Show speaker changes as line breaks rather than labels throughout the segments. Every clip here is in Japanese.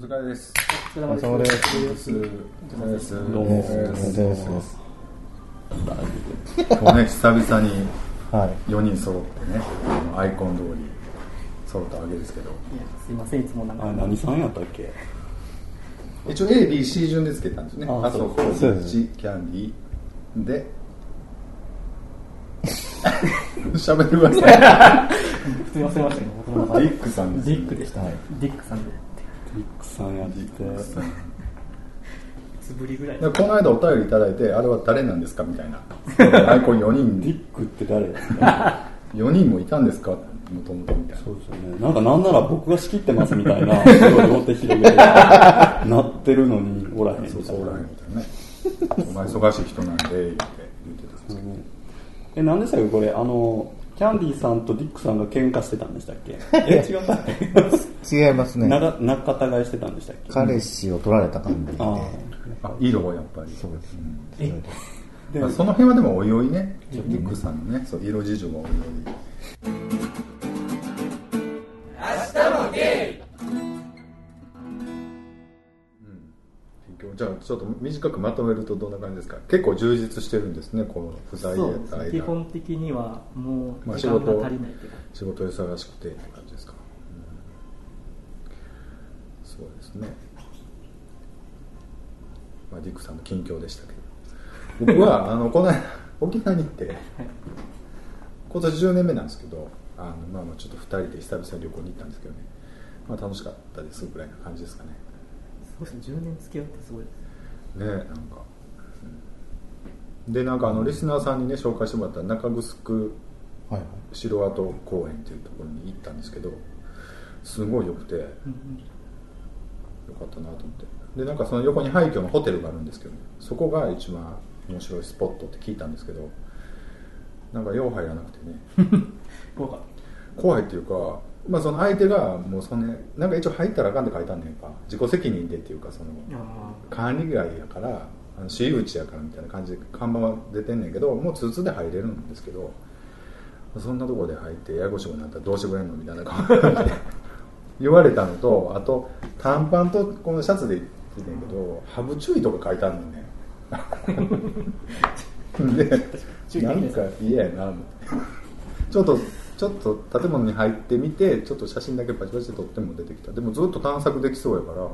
お疲れです。
お疲れ様です。
お疲れです。ど
うもお疲れ様です
こうね、久々に
はい。
4人揃ってね、アイコン通り揃ったわけですけど。
いやすいません、いつもなんか
あ。何さんやったっけ
一応 A、B、C 順でつけたんですね。
あ
あそこ、
そう
う
です
ち、キャンディー。で、 喋って くださ
普通に忘れましたけど、僕の中
い。
で。
リックさんです、
ディックでした。
はい
ディックさんで。
リックさんやって
リックさん
つぶりぐらい。
でこの間お便りいただいて、あれは誰なん ですかみたいな。アイコン4
リ
人、
ックって誰
4人もいたんですかもともとみたいな。
そうですよねなんかなんなら僕が仕切ってますみたいなすごい両手広げてなってるのにおらへんみ
そ
たい
う
な
そうらへんみたいなね。お前忙しい人なんで、言って言ってたんですけど。
え何でしたっけこれあのキャンディーさんとディックさんが喧嘩してたんでしたっけえ違ったっけ
違いますね。
仲仲違いしてたんでしたっけ
彼氏を取られた感じで。
あ
あ、色はやっぱり。そうです
え、
あで
まあ、その辺はでもおいおいね、リックさんのね、そう色事情はおいおい。明日もゲイじゃあちょっと短くまとめるとどんな感じですか結構充実してるんですねこの不在
そうですね。
で
基
いた間
本的には、も
ま
う、
あ
時間が足りないというか。
仕事忙しくてって感じですか、うんそうですね、まあ、ディックさんの近況でしたけど僕はあのこの間沖縄に行って今年10年目なんですけどあの、まあ、まあちょっと2人で久々に旅行に行ったんですけどね、まあ、楽しかったですぐらいな感じですかね
そうですね、10年付き合うってすごいですね。
ねなんか、うんでなんかあのリスナーさんにね紹介してもらった中城
はいはい。
城跡公園っていうところに行ったんですけどすごい良くて良
うんうん
かったなと思ってでなんかその横に廃墟のホテルがあるんですけど、ね、そこが一番面白いスポットって聞いたんですけどなんかよう入らなくて ね
怖かっ
怖いっていうか、まあ、その相手がもうその、ね、なんか一応入ったらあかんって書いたんねんか自己責任でっていうかその
た。いやー
管理外やからあの私有地やからみたいな感じで看板は出てんねんけどもう通々で入れるんですけどそんなとこで入ってややこしくなったらどうしてくれんのみたいな感じで言われたのとあと短パンとこのシャツで行ってんねんけどハブ注意とか書いてあるのね
注
で
意で
な
きない
んか嫌やな思ってちょっとちょっと建物に入ってみてちょっと写真だけパチパチで撮っても出てきたでもずっと探索できそうやから、あ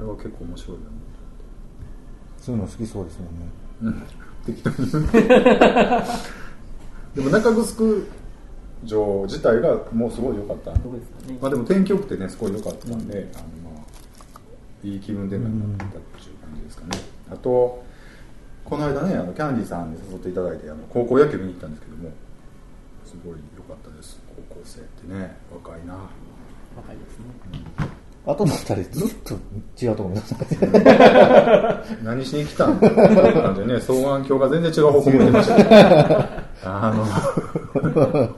れは結構面白いな
そういうの好きそうですもんね。
適当に でも中城城自体がもうすごい良かった
どうですかね。
まあでも天気良くてねすごい良かったんで、あのまあいい気分でなったっていう感じですかね、あとこの間ねあのキャンディーさんに誘っていただいてあの高校野球見に行ったんですけどもすごい良かったです高校生ってね若いな
若いですね。
あとの二人ずっと違うと思います。
何しに来たんって感じでね、双眼鏡が全然違う方向向いてましたけどあの、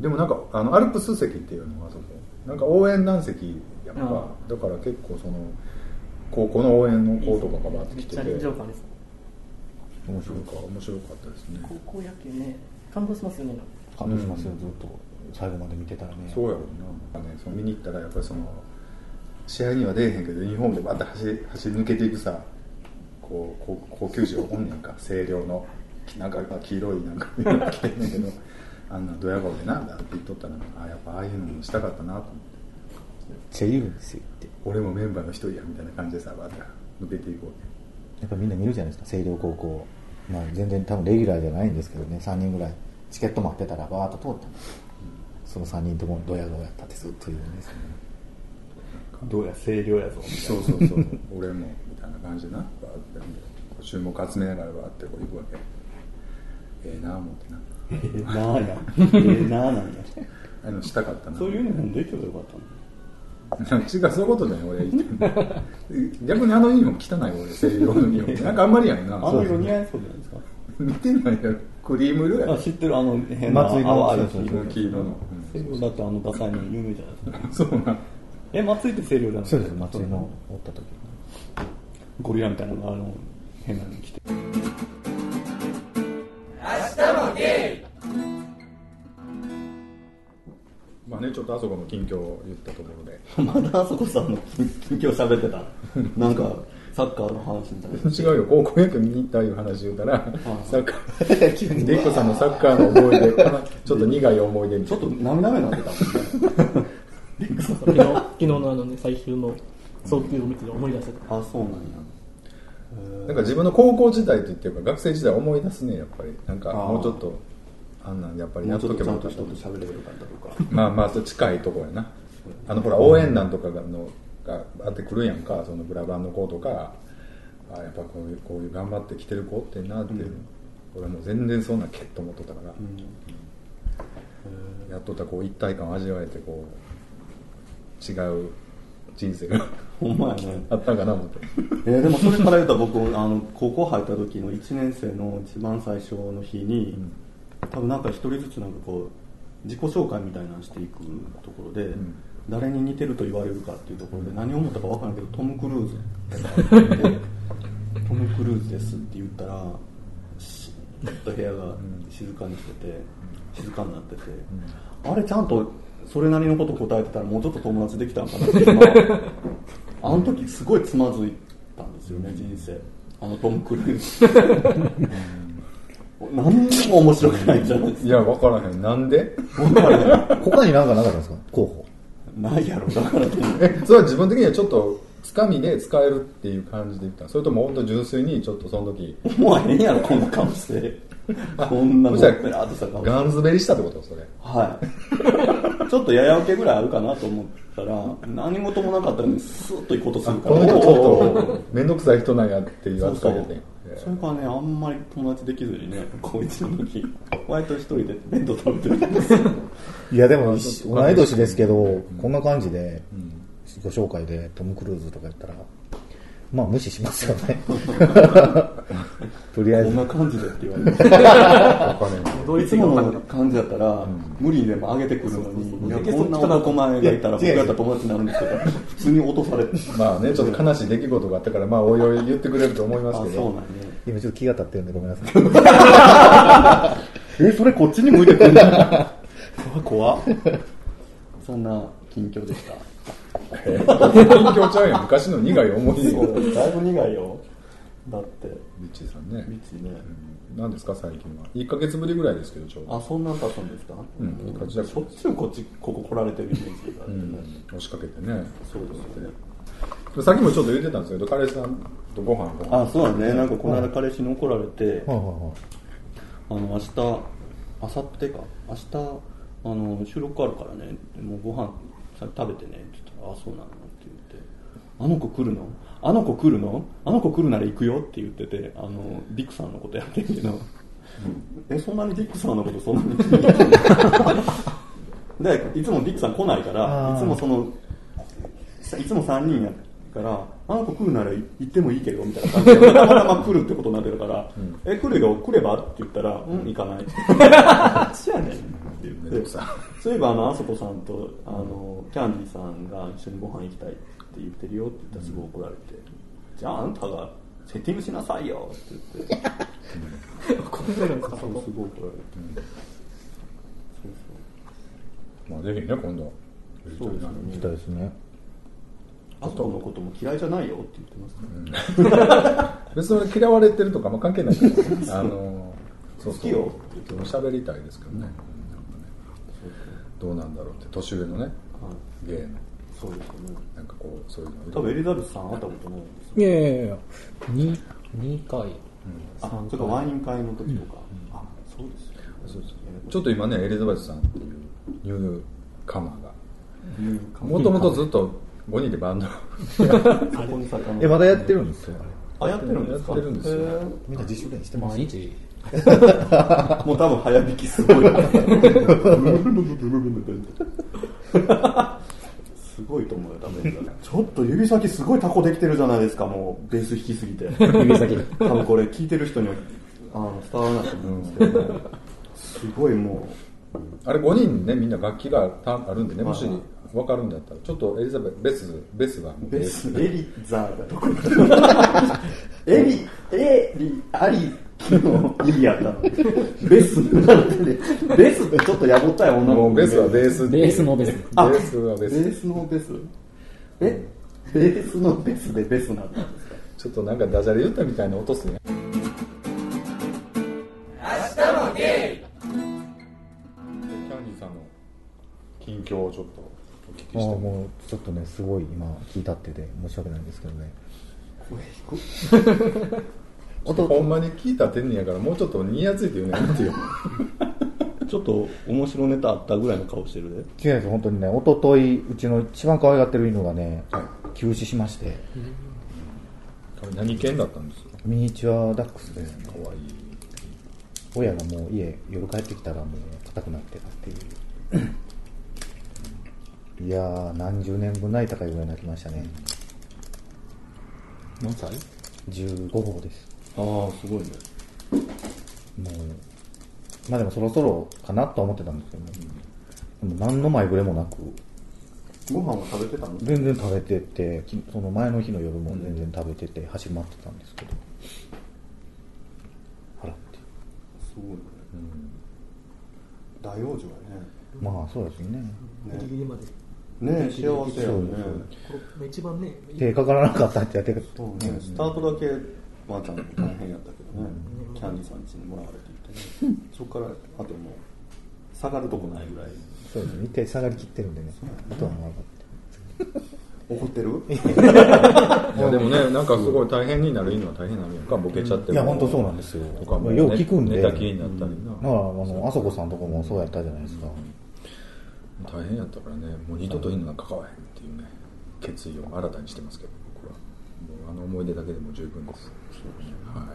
でもなんか、あの、アルプス席っていうのがあそこ、なんか応援団席やっぱ、
う
だから結構その、高校の応援の子とかがバーって
めっ
来てて、
ちゃ
なん
臨
か
場感です。
面白い。
面白かったですね。
高校野球ね、感動しますよね。
感動しますよ、ずっと。最後まで見てたらね。
そうやろうな。なんかね、その見に行ったらやっぱりその、試合には出えへんけど、日本でバーって走り走り抜けていくさ、こう、こう高級児がおんねんか、清涼の、なんか黄色いなんか着てんねんけど、 あんなドヤ顔でなんだって言っとったら、あやっぱああいうのもしたかったなと思って、
って言うんですよって。
俺もメンバーの一人やみたいな感じでさ、バーって抜けていこうって。
やっぱみんな見るじゃないですか、星稜高校。まあ全然多分レギュラーじゃないんですけどね、3人ぐらい。チケット待ってたらバーッと通ったんですよその3人ともドヤ顔やったってずっと言うんですよね。
どうや清涼やぞみたい
そうそうそう、 俺もみたいな感じでな、バーってこう注目集めながらバーってこう行くわけ。ええなあ思ってな。
なええなあやええなあなんや
ああいうのしたかったな。
そういうユニフォームできればよかった の
違う、そういうことじゃない、俺言ってんの逆にあのユニフォーム汚い、俺、西洋のユニフォーム。 なんかあんまりやんな。
あの色似合いそうじゃないですか
見てないやろ。クリーム色や
あ
ろ。
知ってるあの変な
松井の
淡い
そうそう
色
黄色の。
西洋だってあのダサいの有名じゃないですか
うんそうなん。
え松井って清涼じゃない
そうです、松井のおった時に。
ゴリラみたいなのがあの変なの着て
明ねちょっとあそこの近況を言ったところで
まだあそこさんの近況喋ってた。なんか、サッカーの話みたいな。
違うよ高校野球見に行ったいう話言うたらサッカ
急
ー
に
デッコさんのサッカーの思い出 からちょっと苦い思い出に
ちょっと涙目に なってた
昨日昨日のあのね最終の送球を見て思い出した
もん。あ、そうなんや。
なんか自分の高校時代といっていうか学生時代思い出すねやっぱりなんか
あー
もうちょっとあんなんやっぱり
も
や
う
っ
ちょ
と
っ
け
とち
ばよ
ゃん
か
と
っ
したたこと喋ればよかったとか。
まあまあそう近いとこやなあのほら応援団とかがのがあってくるやんかそのブラバンの子とかあやっぱこういうこういう頑張ってきてる子ってんなっていう、俺もう全然そんなケット持っとったから、やっとったこう一体感を味わえてこう違う人生が
ほんまやね。
あったかな思って
えーでもそれから言うと僕あの高校入った時の1年生の一番最初の日に、
ん
多分なんか一人ずつなんかこう自己紹介みたいなのしていくところで、
ん
誰に似てると言われるかっていうところで何を思ったか分からんけどトム・クル ーズトム・クルーズですって言ったらしっと部屋が静かにしてて静かになってて、あれちゃんとそれなりのこと答えてたらもうちょっと友達できたんかなって今あの時すごいつまずいたんですよね、人生。あのトム・クル ーズ。何にも面白くないじゃないです
いや分からへんなんで
か。
他になんかなかったんですか候補。
ないやろ、だから。
えそれは自分的にはちょっとつかみで使えるっていう感じで言ったのそれとも本当純粋にちょっとその時
もうええやろ、こんな顔して。こんなの
そ
っ
した
ぺら
ら
ーっとした顔して。
ガンズベリしたってことそれ
はい。ちょっとやや受けぐらいあるかなと思ったら、何事もなかったのにスーッと行こうとするか
こ
ら。
の人ち
お
ょ
ー
っと面倒くさい人なんやっていう
そう
扱
そう
いでね
それからねあんまり友達できずにね高一の時割と一人で弁当食べてるんですよ
いやでも、一緒同い年ですけど、こんな感じで、自己紹介でトム・クルーズとかやったら、まあ無視しますよ ね。とり
こ
あえ
ん
ず。
な感じでって言われて
わかんない
ドイ
いつ
ツ語
も
の
の感じだったら、無理にでも上げてくるのに、いや、
そうそうそう
こんな男前がいたら、僕
いや
やったら友達になるんですけど、普通に落とされて。
まあねちょっと悲しい出来事があったからまあおいおい言ってくれると思い
あ、
ます
そ
け
う
ど
なんね。
今ちょっと気が立ってるんでごめんなさい。
え、それこっちに向いてくるんだ。怖怖そんな近況でした。
近況ちゃうやん昔の苦い思い出
そう、だいぶ苦いよ。だって、
ミッチーさんね
未知ね。
何ですか最近は1か月ぶりぐらいですけどちょうど
あ、そんなんだったんですか
うん
こっちこっちこっち、ここ来られてるイメージがあっ
う
て
ん
ね。
押しかけてね
そうですよね。
さっきもちょっと言ってたんですけど彼氏さんとご飯ご飯
あ、そうだね。なんかこの間彼氏に怒られて、
はいはいはい
あの明日明後日か明日あの収録あるからねもうご飯さ食べてねって言ったら「あそうなの?」って言って「あの子来るのあの子来るのあの子来るなら行くよ」って言っててあのディックさんのことやってるけど、えそんなにディックさんのことそんなに気に入って んのでいつもディックさん来ないから
あー
いつもそのいつも3人やから、あの子来るなら行ってもいいけどみたいな感じで、たまたま来るってことになってるから、え、来るよ、来ればって言ったら、うん、行かない。あっちやねんって言
めん
っ
ど
て
くさい、
そういえば、あの、あそこさんと、あの、キャンディさんが一緒にご飯行きたいって言ってるよって言ったら、すごい怒られて、じゃああんたがセッティングしなさいよって言って。
こんなのか
そうすごい怒られて。
まあぜひね今度
そうそう。そうですよ
行き
ね。
たいですね。
あそこのことも嫌いじゃないよって言ってますね。
別に嫌われてるとかも関係ないから、あのそう
好きよ
そう喋りたいですけどね,、どうなんだろうって年上のね
はい
芸の
そうですよね。
なんかこうそういうの
多分エリザベスさん会ったことないんですよ
いやいやいや、2、二回。
あそれかワイン会の時とか、あそうですよね
そうそうちょっと今ねエリザベスさんっていうニューカマーがもともとずっと5人でバンド
そこに魚
え、まだやってるんですよ。
あやってるんですか
やってるんですよ
へー
みんな自主練してます。
毎日。
もう多分早引きすごい すごいと思うよ多分ちょっと指先すごいタコできてるじゃないですかもうベース弾きすぎて
指先。
多分これ聞いてる人にはあの伝わらないと思うんですけど、 すごいも
あれ5人ねみんな楽器がたあるんでねもし分かるんだったらちょっとエリザベベスベスはもう
うベー スエリザーがどこエリエリアリ昨日、リビアったの。ベスなんてね、ベスってちょっとやぼったい女の
も
子
うベースはベース
ベースのベス。
ベースはベ
ベ
ース
ースのベスえベースのベスでベスなんだ。
ちょっとなんかダジャレ言ったみたいな落とすね明日もゲイキャンディーさんの近況をちょっとお聞き
ああ
して
もうちょっとねすごい今聞いたってて申し訳ないんですけどね
ほんまに聞いたてんねやからもうちょっとニヤついて言うねんってよ
ちょっと面白ネタあったぐらいの顔してるで。
違うんです本当にね一昨日うちの一番可愛がってる犬がね、急死しまして
何犬だったんですよ
ミニチュアダックスですね
かわいい
親がもう家夜帰ってきたらもう硬くなってたっていういやー何十年分泣いたかいうぐらい泣きましたね
何歳
15号です
ああ、すごいね。
もうまあでもそろそろかなとは思ってたんですけどね、でも何の前触れもなく
ご飯は食べてたの
全然食べててきその前の日の夜も全然食べてて走り回ってたんですけど、あらって
すごいね。大王女は
まあそうですよね
ギリギリまで。
ね。ねえ、幸せやんね。
これ一番ね、
手かからなかったってやってる
そうね、スタートだけ、まー、ちゃんの大変やったけどね。キャンディーさん家にもらわれていてね。そこから、あともう、下がるとこないぐらい。
そうですね一回下がりきってるんでねあとはまあ
怒ってる
いやでもねなんかすごい大変になる犬は大変なのやんかボケちゃって
いや本当そうなんですよ
とかも
よう聞くんで
寝たきりになったりな、
だからあのあそこさんとかもそうやったじゃないですか、
大変やったからねもう二度と犬なんか飼わへんっていうね決意を新たにしてますけど僕はもうあの思い出だけでも十分ですは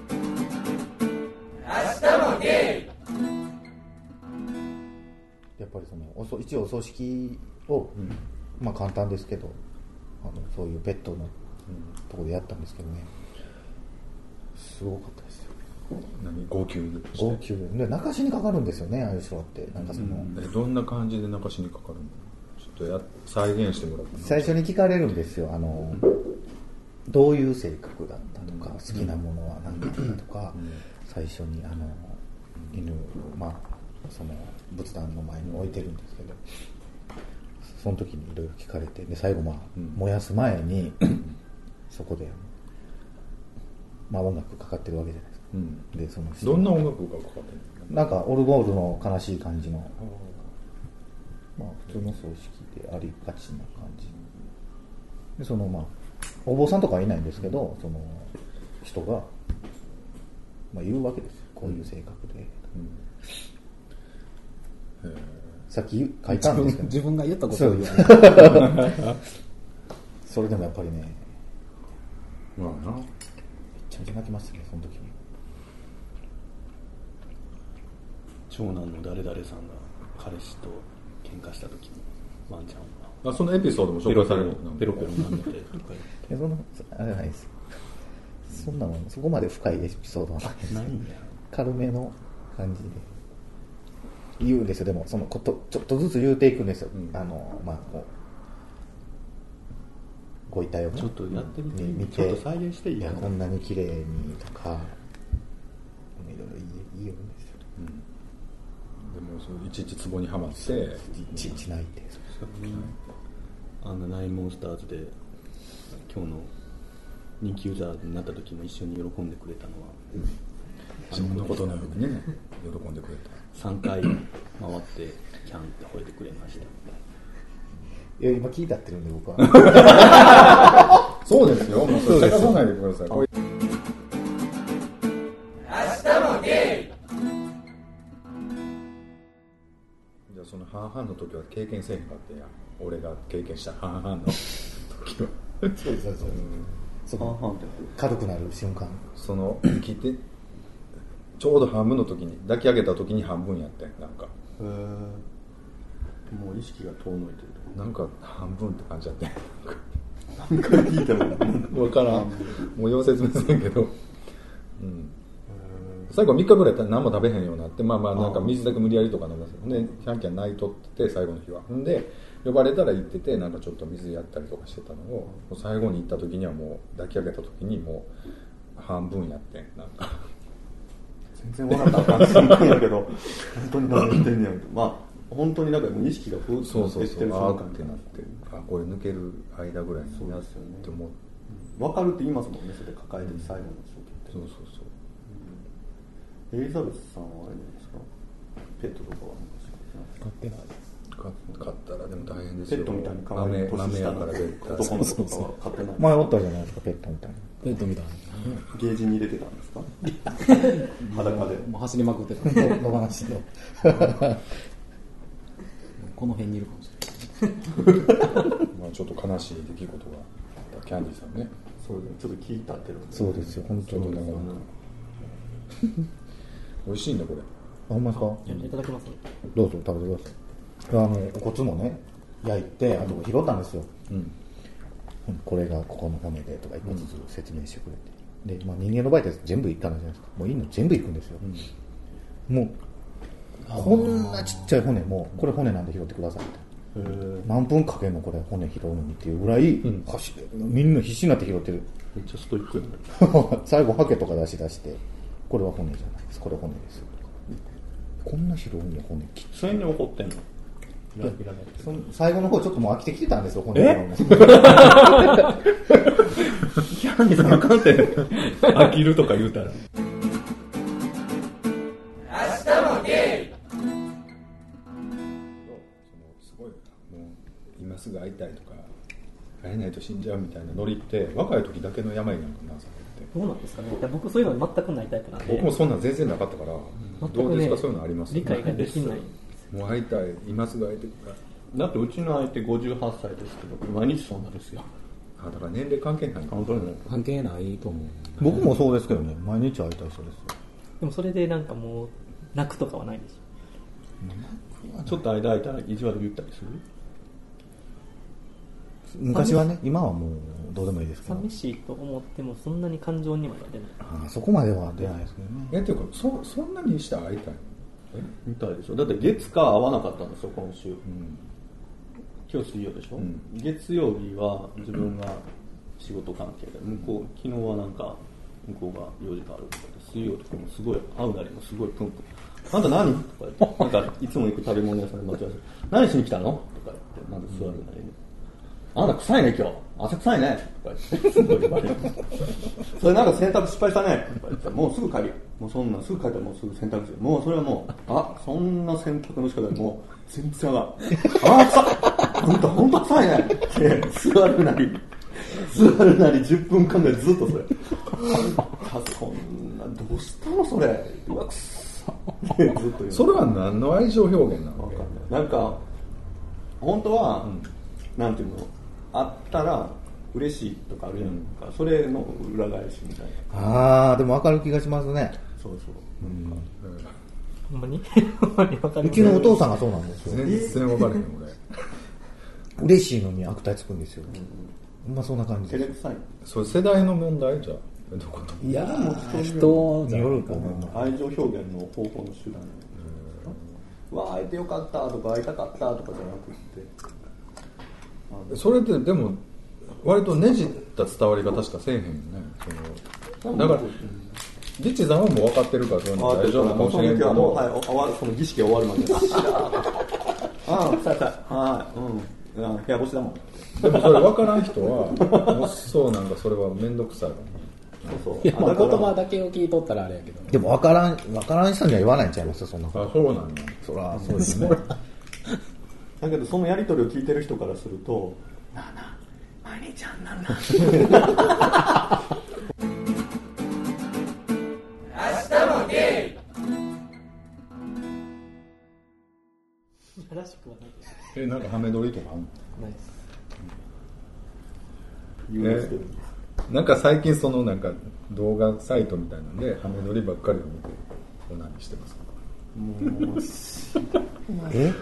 い
やっぱりそのおそ一応お葬式を、まあ簡単ですけどあのそういうペットのところでやったんですけどねすごかったですよ
何号泣して
号泣で泣かしにかかるんですよねああいう人ってなんかその、
えどんな感じで泣かしにかかるのちょっとや再現してもらって
最初に聞かれるんですよあの、どういう性格だったとか、好きなものは何だったとか、最初にあの犬を、まあ、その仏壇の前に置いてるんですけどその時にいろいろ聞かれてで最後、まあ燃やす前にそこで、まあ、音楽かかってるわけじゃないですか。
うん
でその
どんな音楽がかかってる
なんかオルゴールの悲しい感じの、まあ普通の葬式でありがちな感じでそのまあお坊さんとかはいないんですけどその人が、まあ、言うわけですよこういう性格で、さっき書いたんで
自分
すけど
自分が言ったこ
そ
と
う
言
で
わ
す
ない
それでもやっぱりねめ
のまあな
ちゃめちゃ泣きましたねその時に
長男の誰々さんが彼氏と喧嘩した時もワンちゃんは
あそのエピソードも
ペ
紹
ロ
介さ
ペ
れ
ロ
るの
ペロペロ舐めてとか
いやそんなあれはないですよそんなもんそこまで深いエピソードはないです
言ってないんだよ
軽めの感じで言うんですよでもそのことちょっとずつ言うていくんですよ、
うん
あのまあこうご遺体をね、
ちょっとやってみていい
ね見
ちょっと再現していい
いやこんなに綺麗にとかいろいろ言いようんですよ
でもそういちいち壺にはまって
いちいち泣いて
あんなナインモンスターズで今日の人気ユーザーになった時も一緒に喜んでくれたのは
自分のことのようにね喜んでくれた
3回回ってキャンって吠えてくれました
いや今聞いたってるんで僕は
そうですよもうそれ探さないでくださいじゃあその半々の時は経験せえへんかってや俺が経験した半々の時は
そうそうそうそ
半
こ
々って
軽くなる瞬間
その生きてちょうど半分の時に抱き上げた時に半分やってんなんか
へえもう意識が遠のいてる
なんか半分って感じやってん
何回聞いても
分からんもうよう説明せんけどうん最後3日ぐらい何も食べへんようになってまあまあなんか水だけ無理やりとか飲ませてほんでキャンキャン泣いとってて最後の日はほんで呼ばれたら行っててなんかちょっと水やったりとかしてたのをもう最後に行った時にはもう抱き上げた時にもう半分やってんなんか
全然わからなかったんだけど本当に何言ってんねやんと まあ本当になんか意識がふーっ
そう
と
そう
出てっ
そ
て
う
る
あ
瞬
ー
間
ってなってあこれ抜ける間ぐらいになって思って
わかるって言いますもんねそれ抱えてる最後の衝撃って
そうそうそう
エリザベスさんはあれじゃないですかペットとかは昔
買ってないです
か買ったらでも大変です
ペ
よ
ットみたいに可
な
愛い
め
年
なめ
下
や
の
から絶対
男の子とかは勝てない
前おったじゃないですかペットみたいな
ペットみたい
ゲージに入れてたんですか裸で
なもう走りまくってた
野放しの
この辺にいるかもしれない
まあ、ちょっと悲しい出来事があったキャンディーさんね
そうですねちょっと気立ってるんで
そうですよ本当に
そうですよね美味しいんだこれ
あほんまですか
いただきます
どうぞ食べてくださいあのお骨もね焼いてあと拾ったんですよ、
うん
うんこれがここの骨でとか一個ずつ説明してくれて、で、まあ、人間の場合って全部いったんじゃないですかもういいの全部いくんですよ、もうこんなちっちゃい骨もこれ骨なんで拾ってくださいって何分かけんのこれ骨拾うのにっていうぐらい、走れみんな必死になって拾ってる
めっちゃストイックやな
最後ハケとか出し出してこれは骨じゃないですこれ骨ですよこんな拾うんや骨き
それに怒ってんの
その最後の方ちょっともう飽きてきてたんですよ、骨
え
拾うの
キャンディーさんあかんて飽きるとか言うたら
そのすごいもう今すぐ会いたいとか会えないと死んじゃうみたいなノリって若い時だけの病なんかなそれって
どうなんですかねいや僕そういうの全くないタイプなんで
僕もそんなん全然なかったから、
全くね
どうですかそういうのあります
理解ができない
もう会いたい今すぐ会いたい
だってうちの相手58歳ですけど毎日そんなですよ
あだから年齢関係ないか
本当に
関係ないと思う
僕もそうですけどね、毎日会いたい人ですよ。
でもそれでなんかもう泣くとかはないでし
ちょっと間空いたら意地悪言ったりする
昔はね、今はもうどうでもいいですけ
ょ
ど
寂、しいと思ってもそんなに感情にまでは出ない
あそこまでは出ないですけどね。
えっていうかそそんなにして会いたいのえ
みたいでしょだって月火合わなかったんですよ今週、今日水曜でしょ、
ん
月曜日は自分が仕事関係で向こう昨日はなんか向こうが用事があるとかで水曜とかもすごい会うなりもすごいプンプン「あんた何?」とか言ってなんかいつも行く食べ物屋さんで待ち合わせ「何しに来たの?」とか言ってまず座るなりに。あんた臭いね今日汗臭いねとか言ってすごい言われる それなんか洗濯失敗したねとか言ってもうすぐ帰るよもうそんなすぐ帰ったらもうすぐ洗濯するもうそれはもうあそんな洗濯の仕方でもう全然わからんあ臭いあんた本当臭いねって座るなり座るなり10分間ぐらいずっとそれあんたそんなどうしたのそれうわくっさってずっと言う
それは何の愛情表現な
わ
の
かんないなんか本当は、なんていうのあったら嬉しいとかあるじゃないですか、それの裏返しみたいな
ああ、でも分かる気がしますね。
そうそう
ほんまに ほんまにわかる
うちのお父さんがそうなんですよ。
全然分からへん俺
嬉しいのに悪態つくんですよ。ほんまそんな感じ
照れ
で
く
す。
さい
それ世代の問題じゃあどういうこと
いや人じゃ
に
な
よ
い
る
か
か
な
な。
愛情表現の方法の手段なんですかうわ会えてよかったとか会いたかったとかじゃなくって
それってでも割とねじった伝わり方しかせえへんよねそのだからリッチさんはもう分かってるからそういうの
あ
大丈夫かもしれんけ
はもう、はい、
ど
お終わるその儀式が終わるまでああさあさあはいうんいや部屋干しだもん
でもそれ分からん人はもうそうなんかそれは面倒くさいわ
そうそう
いやまあ
だから
言葉だけを聞いとったらあれやけど
でも分からん、分からん人には言わないんちゃいますよ、そんなこと。
あそうなんや
そら、そうですね。
だけどそのやり取りを聞いてる人からすると「なあなあマリちゃんなんだ」
やらしくはないです
えなんかハメ撮りとかあんの
ないです
言うんですけど、
なんか最近そのなんか動画サイトみたいなんでハメ撮りばっかりを見てオナニーしてます
え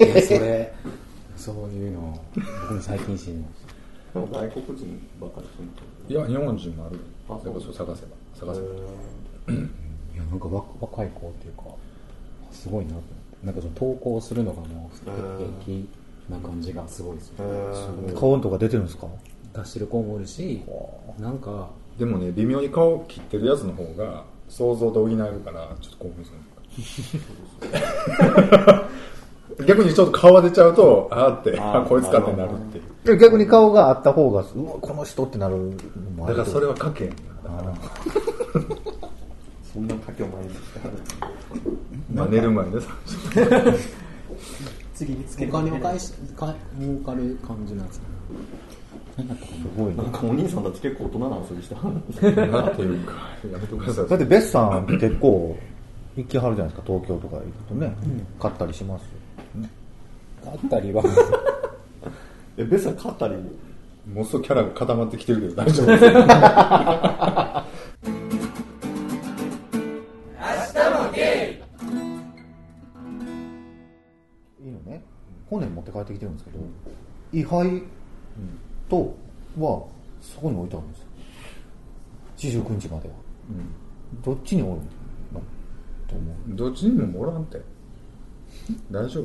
えそれそういうの僕も最近知りまし
でも外国人ばかりすると
いや日本人もあるよ
あそう
だからそう探せば探せば
たいやなんか若若い子っていうかすごいなと思ってなんかその投稿するのがもう不敵な感じがすごいですね
顔とか出てるんですか
出してる子もおるしなんか
でもね微妙に顔切ってるやつの方が想像で補えるからちょっと興奮す る逆にちょっと顔が出ちゃうとあーってあ
あー
こいつかってなるっていう
で逆に顔があった方が、うわ、この人ってなるのもあ
だ
る
からそれ
は。
は書けんなだから
そんな佳境もありますから
まあ寝る前でさ
次につけるお金を返しか儲かる感じなんですか
すごいね
なんかお兄さんたち結構大人な遊びしてはるんです
なんていうかやめてください
だってベスさん結構行きはるじゃないですか、東京とか行くとね。買ったりしますよ。
あったりは、
えベスは勝ったり
もうすぐキャラが固まってきてるけど大丈夫ですか
いいのね。本年持って帰ってきてるんですけど、位牌とはそこに置いてあるんですよ。49日までは。どっちにおるのと思う。
どっちにももらんて大丈夫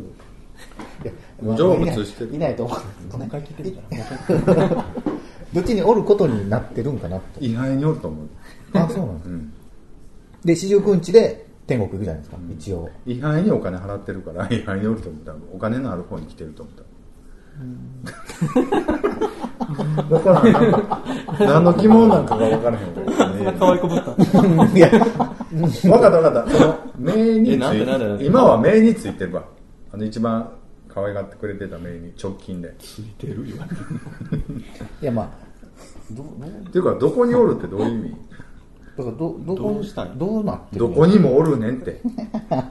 いや
もう成仏
いない
してる
いないと思うんですけどね。 どっちにおることになってるんかなと。
意外におると思う
あ、そうなん
う
ですか。
ん
で、四十九日で天国行くじゃないですか、一応。
違反にお金払ってるから違反におると思ったらお金のある方に来てると思った分からんなんか何の疑問なんかが分からへん分
可愛いこぶった
いや、
かった分かったその名につ
えなんでなんでなん
い
で
て今は名についてるわあの一番可愛がってくれてた名に直近でっ
ついてるよ
いやまあ、ど、ど、
ていうかどこにおるってどういう意味
だからど、どこ、
どうしたんや
どうなってる
どこにもおるねんって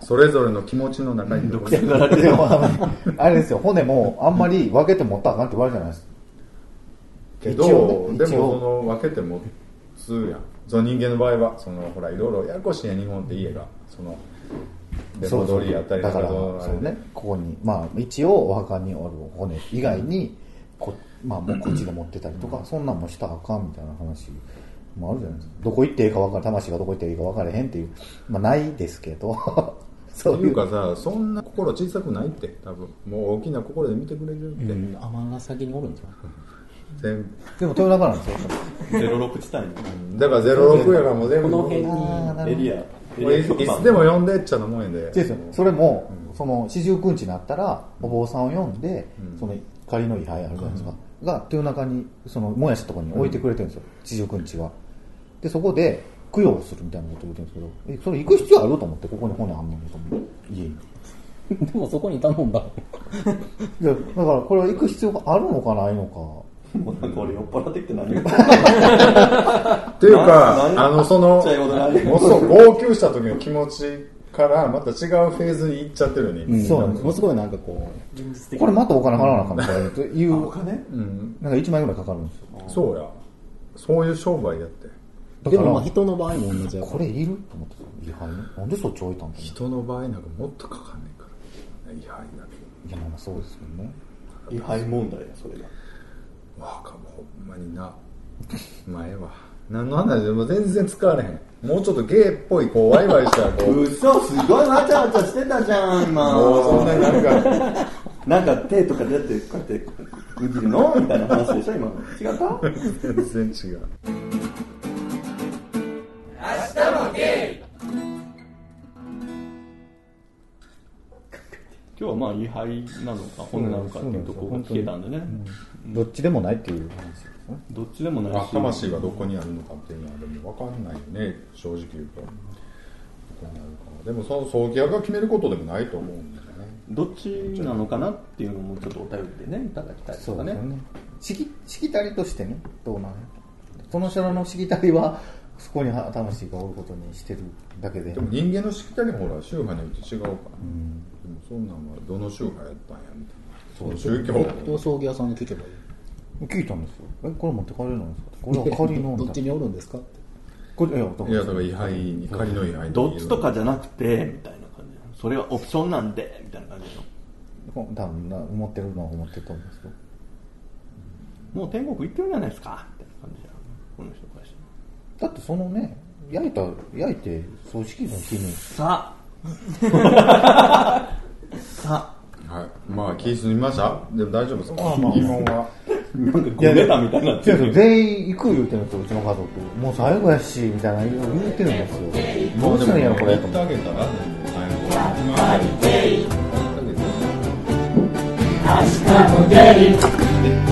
それぞれの気持ちの中にどこにも
いやまあま ああれですよ、骨もあんまり分けて持ったらあかんって言われるじゃないですか。
け
一
ど
応、ね
でも
一
そ
応
の分けても通やんその人間の場合はそのほらいろいろややこしいやん日本って家がその出
そうそ
戻
う
りやったり
だから、
どうなる
そうね、ここに、まあ、一応お墓におる骨以外に、こまあ、もうこっちが持ってたりとか、そんなんもしたらあかんみたいな話もあるじゃないですか。どこ行っていいか分から魂がどこ行っていいか分からへんっていう、まあ、ないですけど、 そう
ってい
いうう。
かさそんな心小さくないって多分もう大きな心で見てくれてるって、
うん、尼崎におるんですよ。
全
でも、豊中なんですよ。
ゼロ六地帯の
部だから06やからもう全部
この辺に
あーなる
エ
ほど
リア
もうい
エ
い
リア
つでも呼んでっちゃのもんやで
そうですよそれも、その四十九日になったらお坊さんを呼んで、その仮の位牌あるじゃないですか、が豊中にそのもやしとかに置いてくれてるんですよ、四十九日はでそこで供養をするみたいなこと言ってるんですけどえそれ行く必要あると思ってここに骨あんのにと思って家に
でもそこに頼んだ。
いやだからこれは行く必要があるのかないの
もうなんか俺酔っ払ってきて何が
っていうか
なな
あのその
ちっちゃいことなんで
もうそう号泣した時の気持ちからまた違うフェーズに行っちゃってるよね、
うん、
そう
ものすごいなんかこう、
現実
か
的
これまたお金払わなあかんみたいなと い
お
う
金
うん
なんか1万円ぐらいかかるんですよ
そうやそういう商売やって
だ
で
か
もまあ
ら
人の場合も同じやから
これいると思ってた位牌なんでそっち置いたんだろう
人の場合なんかもっとかかんねんから違反になる
いやまあそうですよね
違反問題やそれが
わあかもほんまにな前は何の話でも全然使われへんもうちょっとゲイっぽいこうワイワイしたこう
うそすごいわちゃわちゃしてたじゃん今
もうそんなになんか
なんか手とか出てこうやって握るのみたいな話でしょ 今違った
全然違う
今日はまあ位牌なのか本なのかっていうところが聞けたんでね
どっちでもないっていう話ですね
どっちでもない
あ
し
魂がどこにあるのかっていうのはでも分かんないよね正直言うとどこにあるかでもその葬儀屋が決めることでもないと思うんだよね
どっちなのかなっていうのもちょっとお便りでねいただきたいとかね
しきしきたりとしてねどうなのその人らのしきたりは そこに魂がおることにしてるだけで
でも人間のしきたりもほら宗派によって違うから、でもそんなんはどの宗派やったんやみたいなその宗教
人を葬儀屋さんに聞けばいい。
聞いたんですよえこれ持って帰れないんですかこれは仮の
どっちにおるんですかって。
これいやだから
いやだから位牌に仮の位牌に
どっちとかじゃなくてみたいな感じそれはオプションなんでみたいな感じでしょ
多分な思ってるのは思ってると思うんですよ
もう天国行ってるじゃないですかみたいな感じじゃんこの人からして
だってそのね焼いた焼いて葬式の日に
さあさあ
はい、まあ気にしみましたでも大丈夫ですか疑問は
なんかごめたみたいになってる
全員行く言うてるんですよ、うちの家族。もう最後やし、みたいな言うてるんですよ。どうするんやろ、これ。
言ってあげたら、最後言ってあげたら。
明日もゲイ